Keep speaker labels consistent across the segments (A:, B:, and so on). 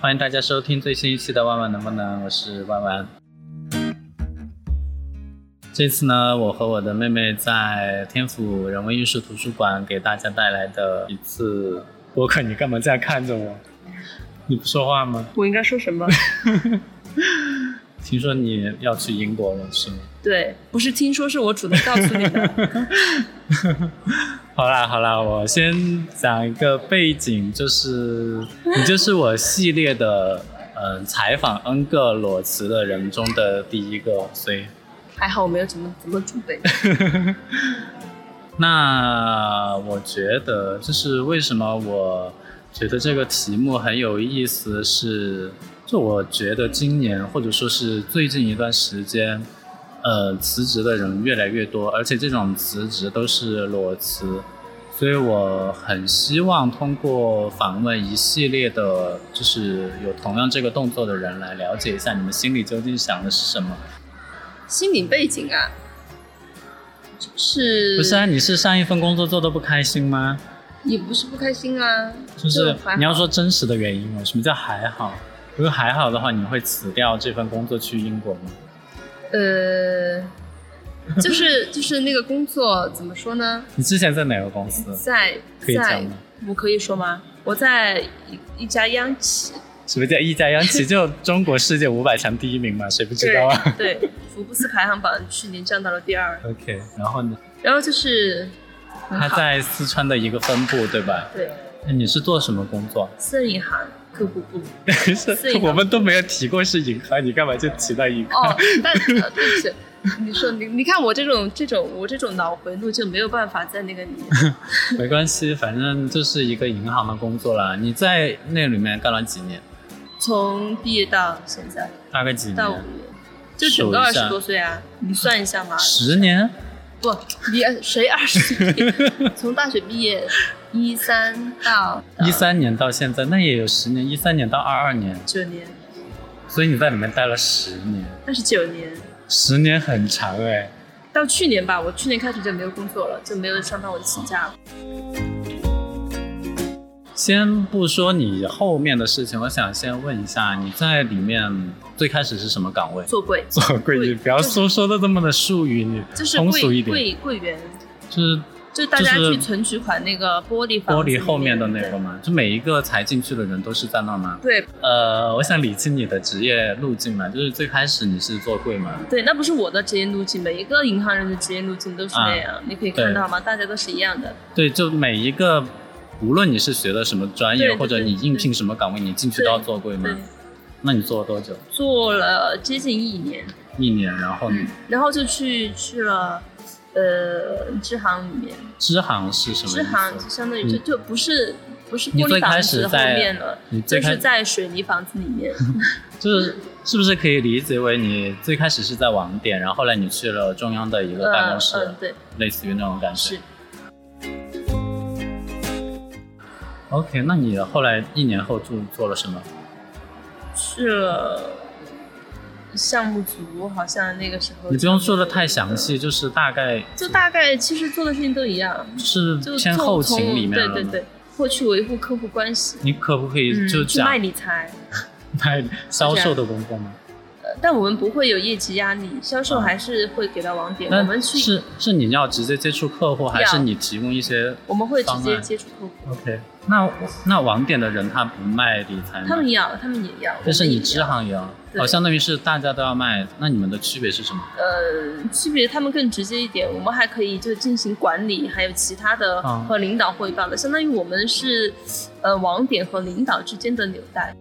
A: 欢迎大家收听最新一期的《万万能不能》，我是万万。这次呢，我和我的妹妹在天府人文艺术图书馆给大家带来的一次播客。你干嘛这样看着我？你不说话吗？
B: 我应该说什 么？
A: 听说你要去英国了，是吗？
B: 对，不是听说，是我主动告诉你的。
A: 好啦好啦，我先讲一个背景， 就是你就是我系列的嗯、呃采访 N 个裸辞的人中的第一个，所以
B: 还好我没有怎么怎么准备。
A: 那我觉得，就是为什么我觉得这个题目很有意思是，就我觉得今年或者说是最近一段时间，呃，辞职的人越来越多，而且这种辞职都是裸辞，所以我很希望通过访问一系列的，就是有同样这个动作的人来了解一下你们心里究竟想的是什么。
B: 心理背景啊，是
A: 不是啊？你是上一份工作做的不开心吗？
B: 也不是不开心啊，
A: 就是
B: 还好
A: 你要说真实的原因哦，什么叫还好？如果还好的话，你会辞掉这份工作去英国吗？
B: 呃，就是就是那个工作怎么说呢？
A: 你之前在哪个公司？
B: 在
A: 嗯可以讲
B: 在
A: 吗，
B: 我可以说吗？我在一一家央企，
A: 什么叫一家央企？就 中国世界五百强第一名嘛，谁不知道啊
B: 对对，福布斯排行榜去年降到了第二，
A: ？OK，然后呢？
B: 然后就是很
A: 他
B: 好
A: 在四川的一个分部，对吧？
B: 对
A: 那你是做什么工 作？
B: 私人银行客户部。
A: 是
B: 银行
A: 我们都没有提过是银行，你干嘛就提到银行？
B: 哦，但呃对不起，你说你你看我这种这种我这种脑回路就没有办法在那个里面。
A: 没关系，反正就是一个银行的工作啦。你在那里面干了几年？
B: 从毕业到现在
A: 大概几年？
B: 到五年，就整个
A: 数
B: 二
A: 一下
B: 十多岁啊，你算一下嘛。
A: 十年？
B: 不，你呃谁二十岁？ 从大学毕业一三到
A: 一三年到现在，那也有十年，一三年到二二年，
B: 九年，
A: 所以你在里面待了十年，
B: 那是九年。
A: 十年很长哎、
B: 到去年吧，我去年开始就没有工作了，就没有上班我的请假了。
A: 先不说你后面的事情，我想先问一下，你在里面最开始是什么岗位？
B: 做柜
A: 做柜
B: 柜
A: 你不要
B: 就是
A: 说说的这么的术语，你
B: 就是
A: 通俗一
B: 柜
A: 点，
B: 柜柜员，
A: 就是
B: 就大家
A: 就是
B: 去存取款那个玻璃房
A: 玻
B: 子
A: 璃后面的那
B: 对
A: 个嘛，就每一个才进去的人都是在那吗？
B: 对，
A: 呃，我想理清你的职业路径嘛，就是最开始你是做柜嘛，
B: 对，那不是我的职业路径，每一个银行人的职业路径都是
A: 啊
B: 那样，你可以看到吗？大家都是一样的。
A: 对，就每一个，无论你是学的什么专业，
B: 对对
A: 或者你应聘什么岗位，你进去都要
B: 对
A: 做柜
B: 对
A: 吗？，那你做了多久？
B: 做了接近一年，
A: 一年，然后你
B: 然后就去去了，呃，支行里面，
A: 支行是什么
B: 支
A: 意
B: 行就
A: 思？嗯
B: 相当于就就不是不是
A: 你
B: 玻
A: 最
B: 璃
A: 开
B: 房
A: 始
B: 子后
A: 在
B: 面了，
A: 你最
B: 就
A: 开
B: 是在水泥房子里面。
A: 就是是不是可以理解为你最开始是在网点，然后后来你去了中央的一个办
B: 嗯
A: 公室，
B: 嗯，对，
A: 类似于那种感觉
B: 是。
A: OK，那你后来一年后做做了什么？
B: 去了项目组，好像那个时候
A: 你不用说的
B: 的
A: 太详，细，就是大概
B: 就大概其实做的事情都一样，
A: 是
B: 就
A: 偏
B: 做
A: 后
B: 从
A: 勤里面了吗
B: 对对对，或去维护客户关系，
A: 你可不可以
B: 嗯，
A: 就
B: 去
A: 讲
B: 卖理财。
A: 卖销售的工作吗？
B: 呃但我们不会有业绩压力，销售还是会给到网点。我
A: 那
B: 们去，
A: 是是你要直接接触客户，还是你提供一些
B: 我们会直
A: 方
B: 接
A: 案
B: 接触客户，
A: ？OK，那那网点的人他不卖理财吗？
B: 他们要，他们也要。
A: 但是
B: 我们
A: 你
B: 也
A: 支
B: 要
A: 行也要，
B: 对
A: 哦，相当于是大家都要卖，那你们的区别是什么？
B: 呃，区别他们更直接一点，我们还可以就进行管理，还有其他的
A: 嗯
B: 和领导汇报的，相当于我们是呃网点和领导之间的纽带。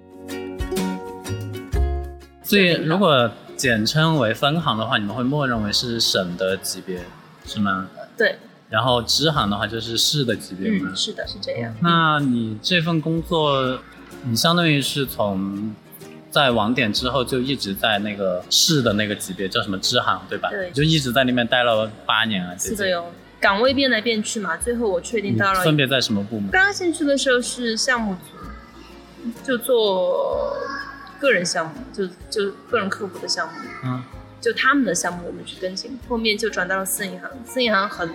A: 所以
B: 领导
A: 如果简称为分行的话，你们会默认为是省的级别是吗？
B: 对，
A: 然后支行的话就是市的级别吗？
B: 嗯，是的，是这样。
A: 那你这份工作，你相当于是从在网点之后就一直在那个市的那个级别，叫什么支行，对吧？
B: 对
A: 就一直在那边待了八年啊，姐
B: 是的
A: 姐。
B: 哟，岗位变来变去嘛，最后我确定
A: 你
B: 到
A: 嗯
B: 了
A: 分别在什么部门？
B: 刚刚进去的时候是项目组，就做个人项目，就就个人客户的项目，
A: 嗯，
B: 就他们的项目我们去跟进。后面就转到了私人银行，私人银行很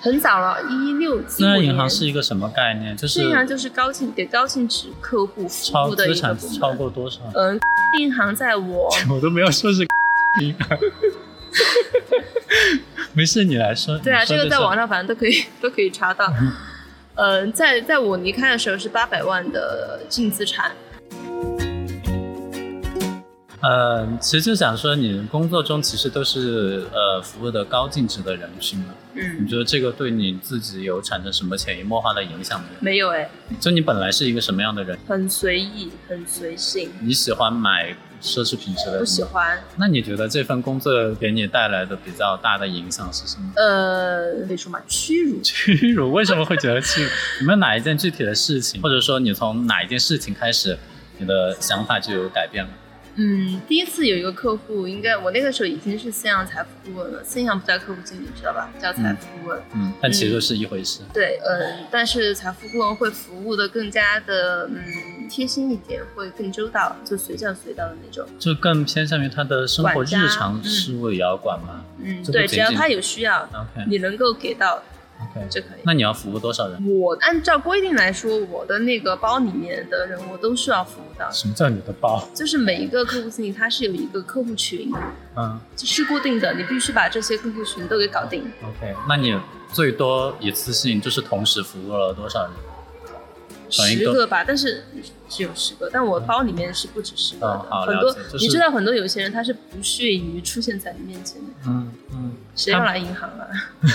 B: 很早了，一六七
A: 私
B: 五
A: 人
B: 年。
A: 银行是一个什么概念？就
B: 私
A: 是
B: 人银行就是高净给高净值客户服
A: 超
B: 务的
A: 资
B: 一个
A: 产
B: 部
A: 超
B: 门。
A: 过多少？
B: 嗯，银行在我
A: 我都没有说是银行。 没事，你来说。
B: 对啊，
A: 你说
B: 这个
A: 就
B: 在
A: 是
B: 网上反正都可以 都可以查到。嗯、在在我离开的时候是八百万的净资产，
A: 呃，其实就想说，你工作中其实都是呃服务的高净值的人群嘛。你
B: 嗯，
A: 觉得这个对你自己有产生什么潜移默化的影响没有？
B: 没有哎、
A: 就你本来是一个什么样的人？
B: 很随意，很随性，
A: 你喜欢买奢侈品之类的吗？
B: 不喜欢。？
A: 那你觉得这份工作给你带来的比较大的影响是什么
B: 呃，可以说嘛，屈辱。
A: 屈辱？为什么会觉得屈辱？有没有哪一件具体的事情，或者说你从哪一件事情开始，你的想法就有改变了？
B: 嗯，第一次有一个客户，应该我那个时候已经是信阳财富顾问了，信阳不叫客户经理，知道吧？叫财富顾问。
A: 嗯，但其实就是一回事。
B: 对，嗯，但是财富顾问会服务的更加的嗯贴心一点，会更周到，就随叫随到的那种。
A: 就更偏向于他的生活
B: 管家
A: 日常事务也要管嘛。
B: 嗯，
A: 这不
B: 对，
A: 仅
B: 只要
A: 仅
B: 他有需要，
A: OK
B: 你能够给到
A: OK，
B: 就可以。
A: 那你要服务多少人？
B: 我按照规定来说，我的那个包里面的人我都是要服务到，
A: 什么叫你的包？
B: 就是每一个客户经理他是有一个客户群，
A: 嗯
B: 是固定的，你必须把这些客户群都给搞定。
A: ，OK，那你最多一次性就是同时服务了多少人？反应
B: 十
A: 更
B: 个吧，但是只有十个，但我包里面是不止十个的，
A: 嗯好
B: 很
A: 了
B: 多、
A: 解就是
B: 你知道很多有些人他是不屑于出现在你面前的，
A: 嗯嗯，
B: 谁要来银行啊？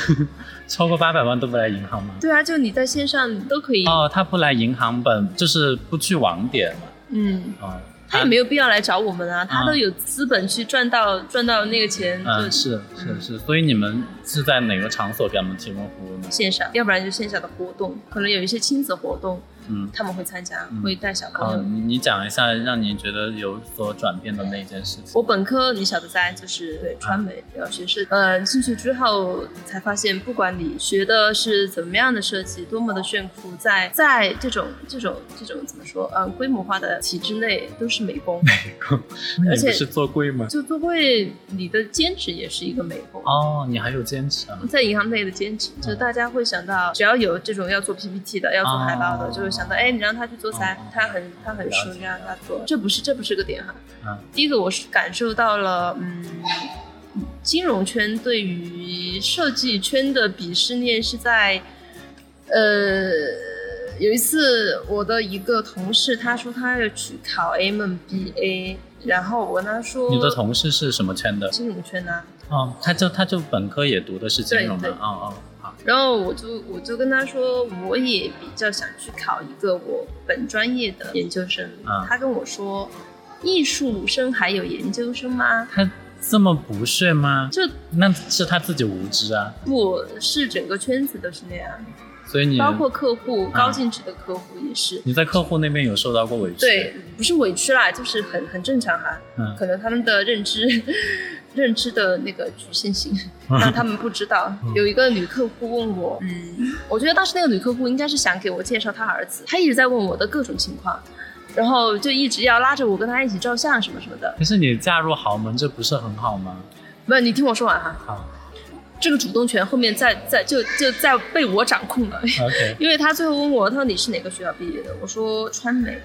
A: 超过八百万都不来银行吗？
B: 对啊，就你在线上你都可以，
A: 哦，他不来银行本就是不去网点嘛。
B: 嗯，
A: 哦，
B: 他也没有必要来找我们啊，
A: 嗯
B: 他都有资本去赚到赚到那个钱，
A: 嗯，
B: 就是
A: 是是，所以你们是在哪个场所给他们提供服务呢？
B: 线上，要不然就线下的活动，可能有一些亲子活动
A: 嗯，
B: 他们会参加，
A: 嗯
B: 会带小朋
A: 好，
B: 友。
A: 你你讲一下让你觉得有所转变的那一件事情。
B: 我本科你晓得噻，就是对传媒要学设计，呃，进去之后才发现，不管你学的是怎么样的设计，多么的炫酷，在在这种这种这种怎么说，呃，规模化的体制内都是美工，
A: 那
B: 而
A: 哎你不
B: 且
A: 是做柜吗？
B: 就做会你的兼职也是一个美工。
A: 哦，你还有坚持啊？
B: 在银行内的兼职，就是大家会想到，只要有这种要做 PPT 的、要做海报的，
A: 哦
B: 就会想到，哎，你让他去做噻
A: 哦，
B: 他很他很熟
A: 了，解
B: 你让他做。这不是这不是个点哈。
A: 嗯
B: 第一个我是感受到了，嗯，金融圈对于设计圈的鄙视链是在，呃，有一次我的一个同事他说他要去考 MBA，然后我跟他说，
A: 你的同事是什么圈的？
B: 金融圈啊呢、
A: 哦，他就他就本科也读的是金融的，哦
B: 对对
A: 哦，好，
B: 然后我就我就跟他说，我也比较想去考一个我本专业的研究生。
A: 嗯
B: 他跟我说，艺术生还有研究生吗？
A: 他这么不屑吗？
B: 这
A: 那是他自己无知啊，
B: 不是整个圈子都是那样，
A: 所以你
B: 包括客户、高净值的客户也是。
A: 你在客户那边有受到过委屈？
B: 对，，不是委屈啦，就是很很正常哈。
A: 嗯
B: 可能他们的认知 认知的那个局限性，
A: 嗯
B: 让他们不知道。有一个女客户问我，嗯，我觉得当时那个女客户应该是想给我介绍她儿子，她一直在问我的各种情况，然后就一直要拉着我跟她一起照相什么什么的。
A: 可是你嫁入豪门，这不是很好吗？
B: 不是，你听我说完哈，
A: 好
B: 这个主动权后面再再就就再被我掌控了。
A: ，OK，
B: 因为他最后问我，他说你是哪个学校毕业的？我说川美。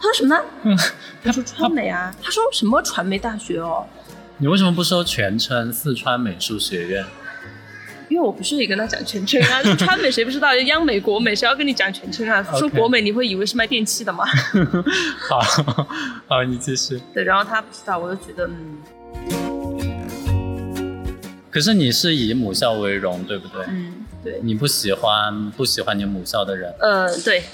B: 他说什么呢？
A: 嗯
B: 我说川美啊。他说什么传媒大学哦？
A: 你为什么不说全称四川美术学院？
B: 因为我不是也跟他讲全称 啊，就川美谁不知道？央美、国美谁要跟你讲全称啊？
A: OK
B: 说国美你会以为是卖电器 的嘛？
A: 好 好，你继续。
B: 对，然后他不知道，我就觉得嗯
A: 可是你是以母校为荣，对不对？
B: 嗯对，
A: 你不喜欢不喜欢你母校的人，
B: 呃对，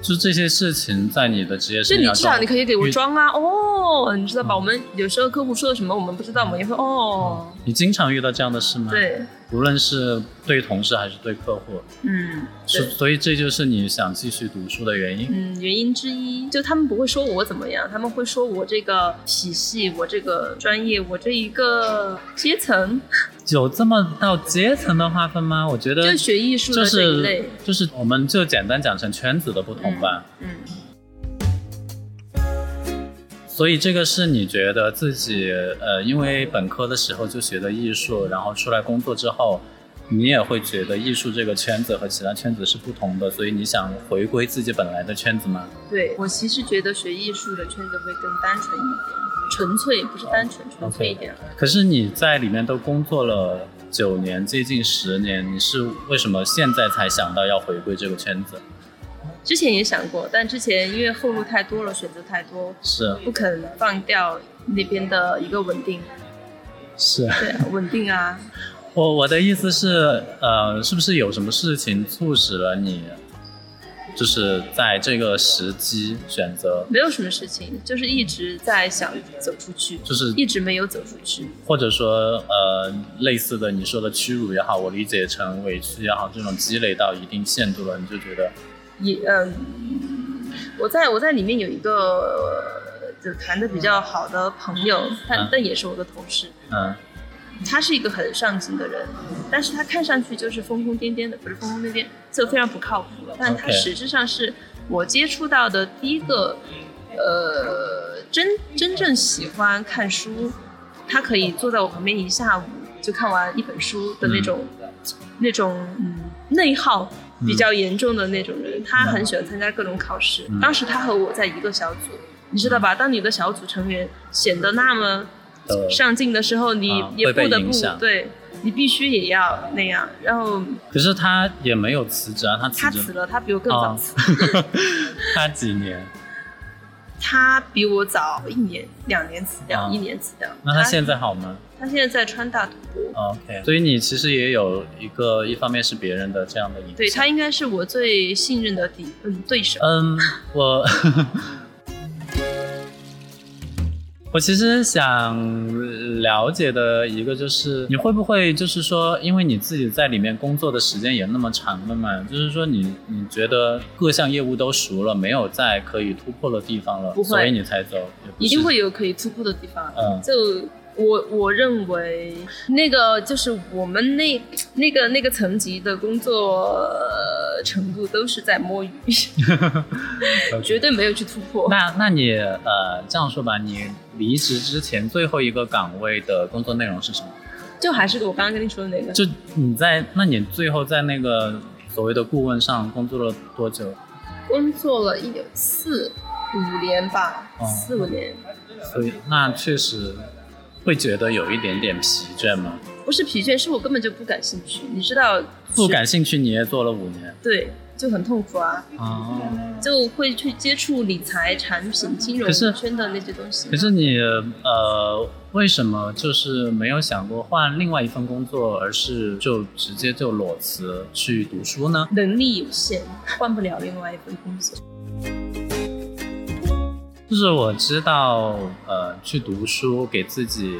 A: 就这些事情在你的职业
B: 就
A: 生涯
B: 你
A: 中，
B: 至少你可以给我
A: 遇
B: 装啊，哦，你知道吧？
A: 嗯
B: 我们有时候客户说的什么我们不知道，我们也会哦，
A: 你经常遇到这样的事吗？，
B: 对，
A: 无论是对同事还是对客户，
B: 嗯
A: 是
B: 对。
A: 所以这就是你想继续读书的原因。
B: 嗯，原因之一就他们不会说我怎么样，他们会说我这个体系、我这个专业、我这一个阶层，
A: 有这么到阶层的划分吗？我觉得
B: 就学艺术
A: 呃就
B: 的这一类。
A: 是就是我们就简单讲成圈子的不同吧。
B: 嗯，
A: 所以这个是你觉得自己呃，因为本科的时候就学的艺术，然后出来工作之后，你也会觉得艺术这个圈子和其他圈子是不同的，所以你想回归自己本来的圈子吗？
B: 对我其实觉得学艺术的圈子会更单纯一点，纯粹不是单纯，纯粹一点。
A: 可是你在里面都工作了九年，接近十年，你是为什么现在才想到要回归这个圈子？
B: 之前也想过，但之前因为后路太多了，选择太多，
A: 是
B: 不肯放掉那边的一个稳定。
A: 是，
B: 对啊，稳定啊，
A: 我我的意思是，呃，是不是有什么事情促使了你，就是在这个时机选择，
B: 没有什么事情，就是一直在想走出去，
A: 就是
B: 一直没有走出去。
A: 或者说，呃，类似的你说的屈辱也好，我理解成委屈也好，这种积累到一定限度了，你就觉得
B: 也嗯，我在我在里面有一个呃就谈的比较好的朋友，他、
A: 嗯
B: 但也是我的同事，
A: 嗯
B: 他是一个很上进的人，但是他看上去就是疯疯癫癫的，不是疯疯癫癫，就非常不靠谱。但他
A: OK
B: 实质上是我接触到的第一个，呃，真真正喜欢看书，他可以坐在我旁边一下午就看完一本书的那种，那种嗯内耗
A: 嗯
B: 比较严重的那种人。他很喜欢参加各种考试，
A: 嗯
B: 当时他和我在一个小组。你知道吧？当你的小组成员显得那么
A: 的
B: 上进的时候，你
A: 呃啊
B: 也
A: 会被
B: 不得
A: 影
B: 不
A: 响
B: 对你必须也要那样。然后
A: 可是他也没有辞职啊，他
B: 他
A: 辞
B: 辞
A: 职，
B: 了，他比我更早
A: 哦
B: 辞，
A: 他几年？
B: 他比我早一年、两年辞掉，
A: 啊
B: 一年辞掉。
A: 那他现在好吗
B: 他现在在川大读博，
A: ？OK，所以你其实也有一个，一方面是别人的这样的影响，
B: 对他应该是我最信任的敌嗯对手。
A: 嗯，我 我其实想了解的一个就是，你会不会就是说，因为你自己在里面工作的时间也那么长了嘛，就是说你你觉得各项业务都熟了，没有再可以突破的地方了
B: 不，会
A: 所以你才走，也不是
B: 一定会有可以突破的地方。
A: 嗯
B: 就我我认为那个就是我们那那个那个层级的工作、呃程度都是 在摸鱼， 绝对没有去突破。
A: 那那你呃这样说吧，你离职之前最后一个岗位的工作内容是什么？
B: 就还是我刚刚跟你说的那个，
A: 就你在，那你最后在那个所谓的顾问上工作了多久？
B: 工作了一有四五年吧，
A: 哦
B: 四五年，
A: 所以那确实会觉得有一点点疲倦嘛。
B: 不是疲倦，是我根本就不感兴趣。你知道，
A: 不感兴趣你也做了五年
B: 对，就很痛苦啊，
A: 哦。
B: 就会去接触理财、产品、金融
A: 可是
B: 圈的那些东西。
A: 可是你呃，为什么就是没有想过换另外一份工作，而是就直接就裸辞去读书呢？
B: 能力有限，换不了另外一份工作。
A: 就是我知道，呃，去读书给自己，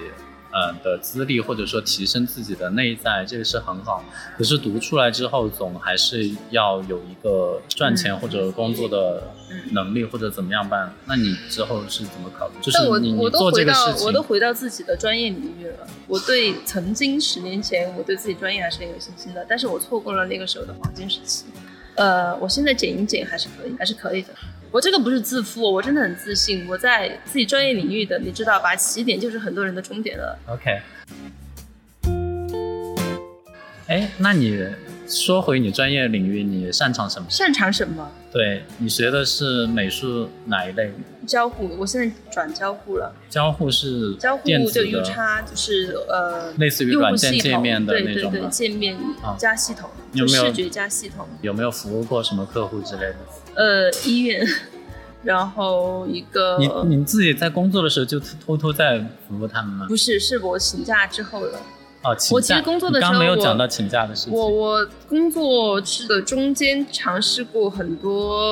A: 呃的资历或者说提升自己的内在，这个是很好。可是读出来之后，总还是要有一个赚钱
B: 嗯
A: 或者工作的能力，或者怎么样办？那你之后是怎么考虑？就是
B: 但我
A: 你
B: 我
A: 你
B: 都
A: 做
B: 回
A: 这个
B: 到
A: 事
B: 我都
A: 情，
B: 回到自己的专业领域了。我对曾经十年前我对自己专业还是很有信心的，但是我错过了那个时候的黄金时期。呃，我现在减一减还是可以，还是可以的。我这个不是自负，我真的很自信。我在自己专业领域的，你知道吧？起点就是很多人的终点了。
A: OK。哎，那你说回你专业领域，你擅长什么？
B: 擅长什么？
A: 对你学的是美术哪一类？
B: 交互，我现在转交互了。
A: 交互是
B: 交互
A: 电
B: 就
A: 子
B: U
A: 的。
B: 叉，就是呃，
A: 类似于
B: 用户
A: 软
B: 系
A: 件
B: 统
A: 界面的
B: 对
A: 那
B: 对
A: 种
B: 对，
A: 吗
B: 界面
A: 啊
B: 加系统，
A: 你有没
B: 就
A: 有
B: 视觉加系统。
A: 有没有服务过什么客户之类的？
B: 呃医院，然后一个
A: 你你自己在工作的时候就偷偷在服务他们吗？
B: 不是，是我请假之后的。
A: 哦，请假
B: 我其实工作的时候
A: 你刚没有
B: 我
A: 讲到请假的事情。
B: 我我工作是的中间尝试过很多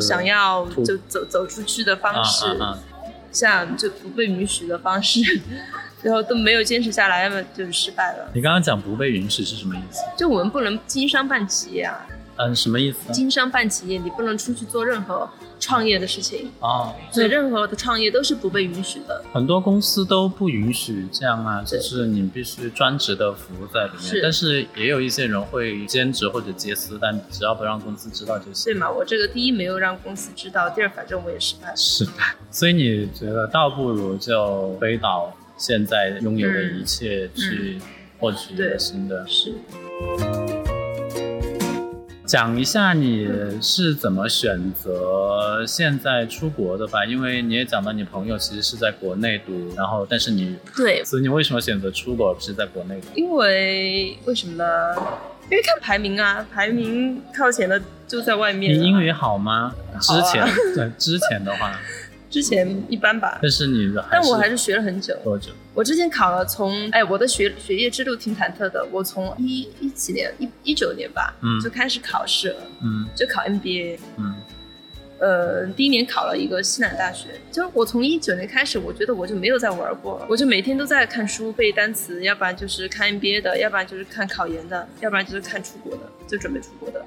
A: 是
B: 想要
A: 突
B: 就走走出去的
A: 啊
B: 方式，
A: 啊啊！
B: 像就不被允许的方式， 然后都没有坚持下来，要么就是失败了。
A: 你刚刚讲不被允许是什么意思？
B: 就我们不能经商办企业啊，
A: 嗯，什么意思？
B: 经商办企业你不能出去做任何创业的事情，
A: 哦，
B: 所以任何的创业都是不被允许的。
A: 很多公司都不允许这样啊，
B: 对
A: 就是你必须专职的服务在里面。
B: 是
A: 但是也有一些人会兼职或者接私，但只要不让公司知道就
B: 对
A: 行。
B: 嘛？我这个第一没有让公司知道，第二反正我也失败了。
A: 是吧？所以
B: 嗯
A: 你觉得倒不如就推倒现在拥有的一切，去获取一个新的。
B: 是
A: 讲一下你是怎么选择现在出国的吧，因为你也讲到你朋友其实是在国内读，然后但是你，
B: 对，
A: 所以你为什么选择出国而不是在国内读？
B: 因为为什么呢？因为看排名啊，排名靠前的就在外面、啊。
A: 你英语好吗？
B: 啊
A: 之前、对之前的话，
B: 之前一般吧，
A: 但是你的还
B: 但
A: 是
B: 我还是学了很久。
A: 多久？
B: 我之前考了从，哎，我的学学业之路挺忐忑的。我从一一七年、一一九年吧，
A: 嗯
B: 就开始考试了，
A: 嗯
B: 就考 MBA。
A: 嗯
B: 呃，第一年考了一个西南大学，就是我从一九年开始，我觉得我就没有再玩过了，我就每天都在看书背单词，要不然就是看 MBA 的，要不然就是看考研的，要不然就是看出国的，就准备出国的。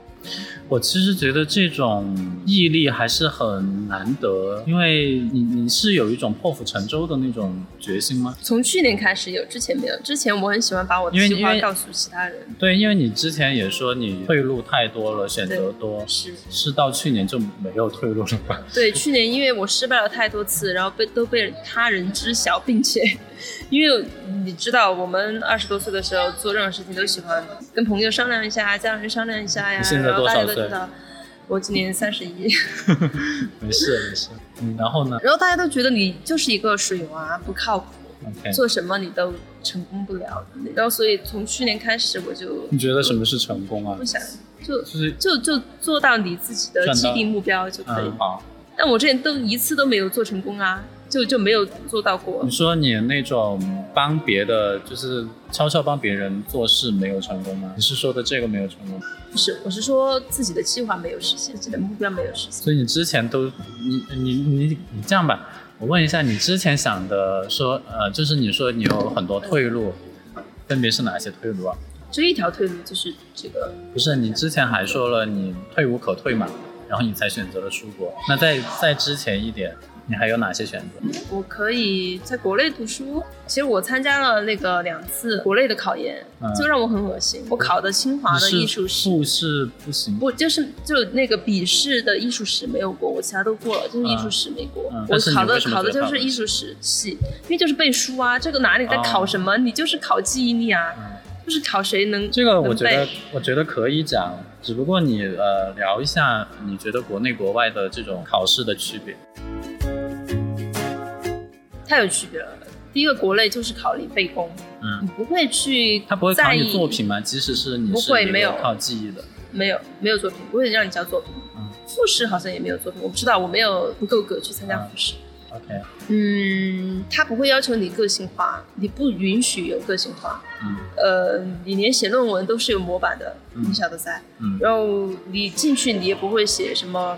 A: 我其实觉得这种毅力还是很难得，因为你你是有一种破釜沉舟的那种决心吗？
B: 从去年开始有，之前没有。之前我很喜欢把我的
A: 因为
B: 计划
A: 因为
B: 告诉其他人，
A: 对，因为你之前也说你退路太多了，选择多，
B: 是
A: 是到去年就没有退路了吧？
B: 对，去年因为我失败了太多次，然后被都被他人知晓，并且，因为你知道，我们二十多岁的时候做任何事情都喜欢跟朋友商量一下，家人商量一下呀，
A: 你现在
B: 然后
A: 多
B: 大
A: 少
B: 家都
A: 岁
B: 知道。我今年三十一，
A: 没事没事，嗯，然后呢
B: 然后大家都觉得你就是一个水娃，不靠谱，
A: ？OK，
B: 做什么你都成功不了。然后所以从去年开始，我就
A: 你觉得什么是成功啊
B: 不？想就
A: 就是
B: 就就做到你自己的
A: 赚
B: 既
A: 到
B: 定目标就可以。
A: 嗯好，
B: 但我之前都一次都没有做成功啊，就就没有做到过
A: 嗯你。说你那种帮别的，就是悄悄帮别人做事没有成功吗？你是说的这个没有成功？
B: 不是，我是说自己的计划没有实现，自己的目标没有实现。
A: 所以你之前都，你你你你这样吧，我问一下，你之前想的说，呃，就是你说你有很多退路，分别是哪些退路啊？
B: 就一条退路就是这个，
A: 不是，你之前还说了你退无可退嘛，然后你才选择了出国。那在在之前一点，你还有哪些选择？
B: 我可以在国内读书。其实我参加了那个两次国内的考研，
A: 嗯
B: 就让我很恶心。我考的清华的
A: 你
B: 艺
A: 是
B: 术史，
A: 复试不行，
B: 不就是就那个笔试的艺术史没有过，我其他都过了，就是艺术史没过。
A: 嗯嗯
B: 我
A: 但是你
B: 考的
A: 为什么
B: 考的
A: 觉得
B: 就
A: 它
B: 是艺术史系，因为就是背书啊，这个哪里在考什么，你就是考记忆力啊，
A: 哦嗯，
B: 就是考谁能
A: 这个我
B: 能
A: 觉得
B: 背
A: 我觉得可以讲，只不过你呃聊一下，你觉得国内国外的这种考试的区别。
B: 太有区别了。第一个国内就是考你背功，
A: 嗯
B: 你不会去在意，
A: 他不会考你作品吗？即使是你
B: 不
A: 是
B: 会
A: 一
B: 没有
A: 个靠记忆的，
B: 没有没有作品，不会让你交作品
A: 嗯。
B: 复试好像也没有作品，我不知道，我没有不够格去参加复试。
A: OK，
B: 嗯，他不会要求你个性化，你不允许有个性化。
A: 嗯
B: 呃，你连写论文都是有模板的，
A: 嗯
B: 你晓得噻。
A: 嗯
B: 然后你进去你也不会写什么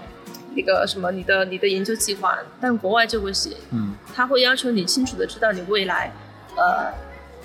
B: 那个什么你的你的研究计划，但国外就会写，
A: 嗯，
B: 他会要求你清楚的知道你未来，呃，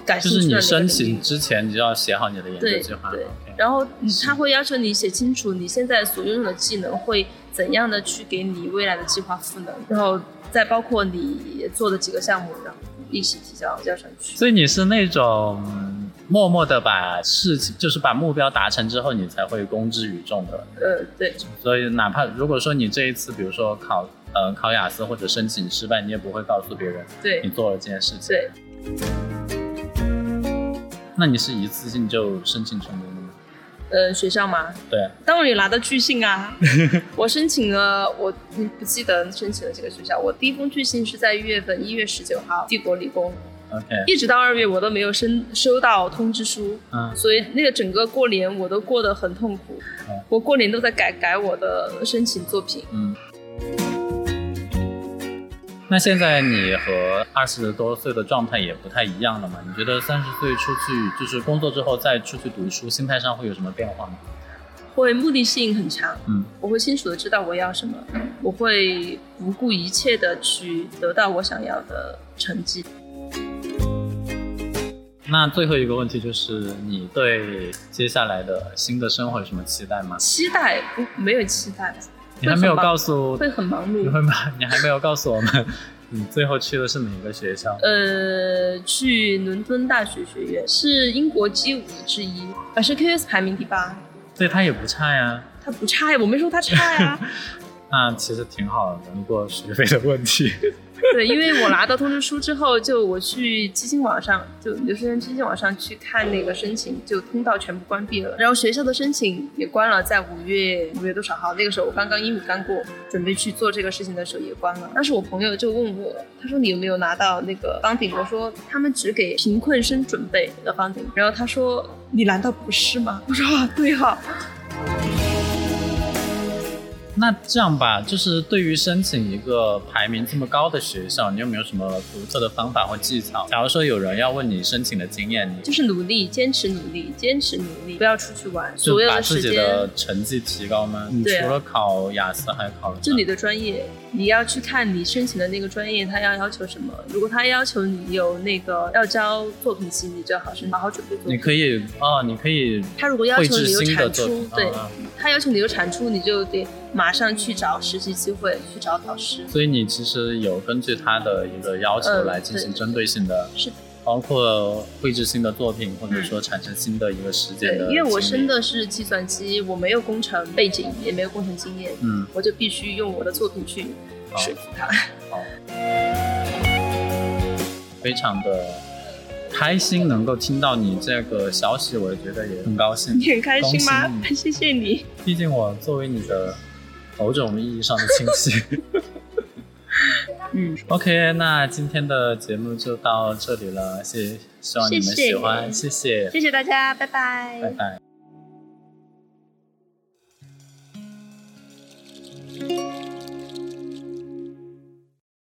B: 感
A: 就
B: 兴
A: 是
B: 趣的
A: 你
B: 哪个
A: 申
B: 领
A: 请
B: 域
A: 之前你就要写好你的研究
B: 对
A: 计划。
B: 对
A: OK，
B: 然后你他会要求你写清楚你现在所拥有的技能会怎样的去给你未来的计划赋能，然后再包括你做的几个项目，然后一起提交交上去。
A: 所以你是那种嗯默默的把事情，就是把目标达成之后，你才会公之于众的。
B: 呃，对，
A: 所以哪怕如果说你这一次，比如说考呃考雅思或者申请失败，你也不会告诉别人你
B: 对，
A: 做了这件事情。
B: 对，
A: 那你是一次性就申请成功了吗？
B: 呃，学校嘛，
A: 对啊，
B: 当然有拿到拒信 啊。我申请了，我嗯不记得申请了几个学校。我第一封拒信是在一月份，一月十九号，帝国理工，
A: ，OK，
B: 一直到二月我都没有申收到通知书。
A: 嗯
B: 所以那个整个过年我都过得很痛苦
A: 嗯，
B: 我过年都在改改我的申请作品。
A: 嗯。那现在你和二十多岁的状态也不太一样了嘛？你觉得三十岁出去就是工作之后再出去读书，心态上会有什么变化吗？
B: 会目的性很强，
A: 嗯，
B: 我会清楚的知道我要什么，我会不顾一切的去得到我想要的成绩。
A: 那最后一个问题就是，你对接下来的新的生活有什么期待吗？
B: 期待不没有期待，
A: 你还没有告诉，
B: 会很忙
A: 你
B: 碌。
A: 会吗？ 你还没有告诉我们，你最后去的是哪个学校？
B: 呃，去伦敦大学学院是英国 G 五之一，而是 QS 排名第八，
A: 对，它也不差呀。
B: 它不差呀，我没说它差呀。
A: 啊、那其实挺好的，如果学费的问题。
B: 对，因为我拿到通知书之后，就我去基金网上，就留学生基金网上去看那个申请，就通道全部关闭了，然后学校的申请也关了，在五月五月多少号？那个时候我刚刚英语刚过，准备去做这个事情的时候也关了。当时我朋友就问我，他说你有没有拿到那个房顶？我说他们只给贫困生准备的房顶，然后他说你难道不是吗？我说啊，对哈、
A: 那这样吧，就是对于申请一个排名这么高的学校，你有没有什么独特的方法或技巧？假如说有人要问你申请的经验，你
B: 就是努力，坚持努力，坚持努力，不要出去玩，
A: 就
B: 所有
A: 把
B: 的
A: 自
B: 时
A: 己
B: 间
A: 的成绩提高吗？你
B: 对啊
A: 除了考雅思，还考了
B: 就你
A: 的
B: 的专业，你要去看你申请的那个专业，它要要求什么。如果它要求你有那个要交作品集，你就好生好好准备作
A: 你
B: 品。
A: 可以啊、你可以
B: 他如果要
A: 绘
B: 求
A: 制
B: 你有
A: 新的
B: 产
A: 作
B: 出
A: 品，，
B: 对
A: 啊啊
B: 他要求你有产出，你就得马上去找实习机会，去找导师。
A: 所以你其实有根据他的一个要求
B: 嗯
A: 来进行
B: 对
A: 针对性的，
B: 是的嗯
A: 包括绘制新的作品，或者说产生新的一个实践
B: 对
A: 的经，历。
B: 因为我申的是计算机，我没有工程背景，也没有工程经验，
A: 嗯，
B: 我就必须用我的作品去
A: 好
B: 说服他。
A: 非常的开心能够听到你这个消息，我觉得也很高 兴。
B: 你很开心吗
A: 恭？
B: 谢谢你。
A: 毕竟我作为你的某种意义上的亲戚。
B: 嗯，
A: OK，那今天的节目就到这里了，谢，希望你们
B: 谢谢
A: 喜欢，谢谢，
B: 谢谢大家，拜拜
A: 拜拜。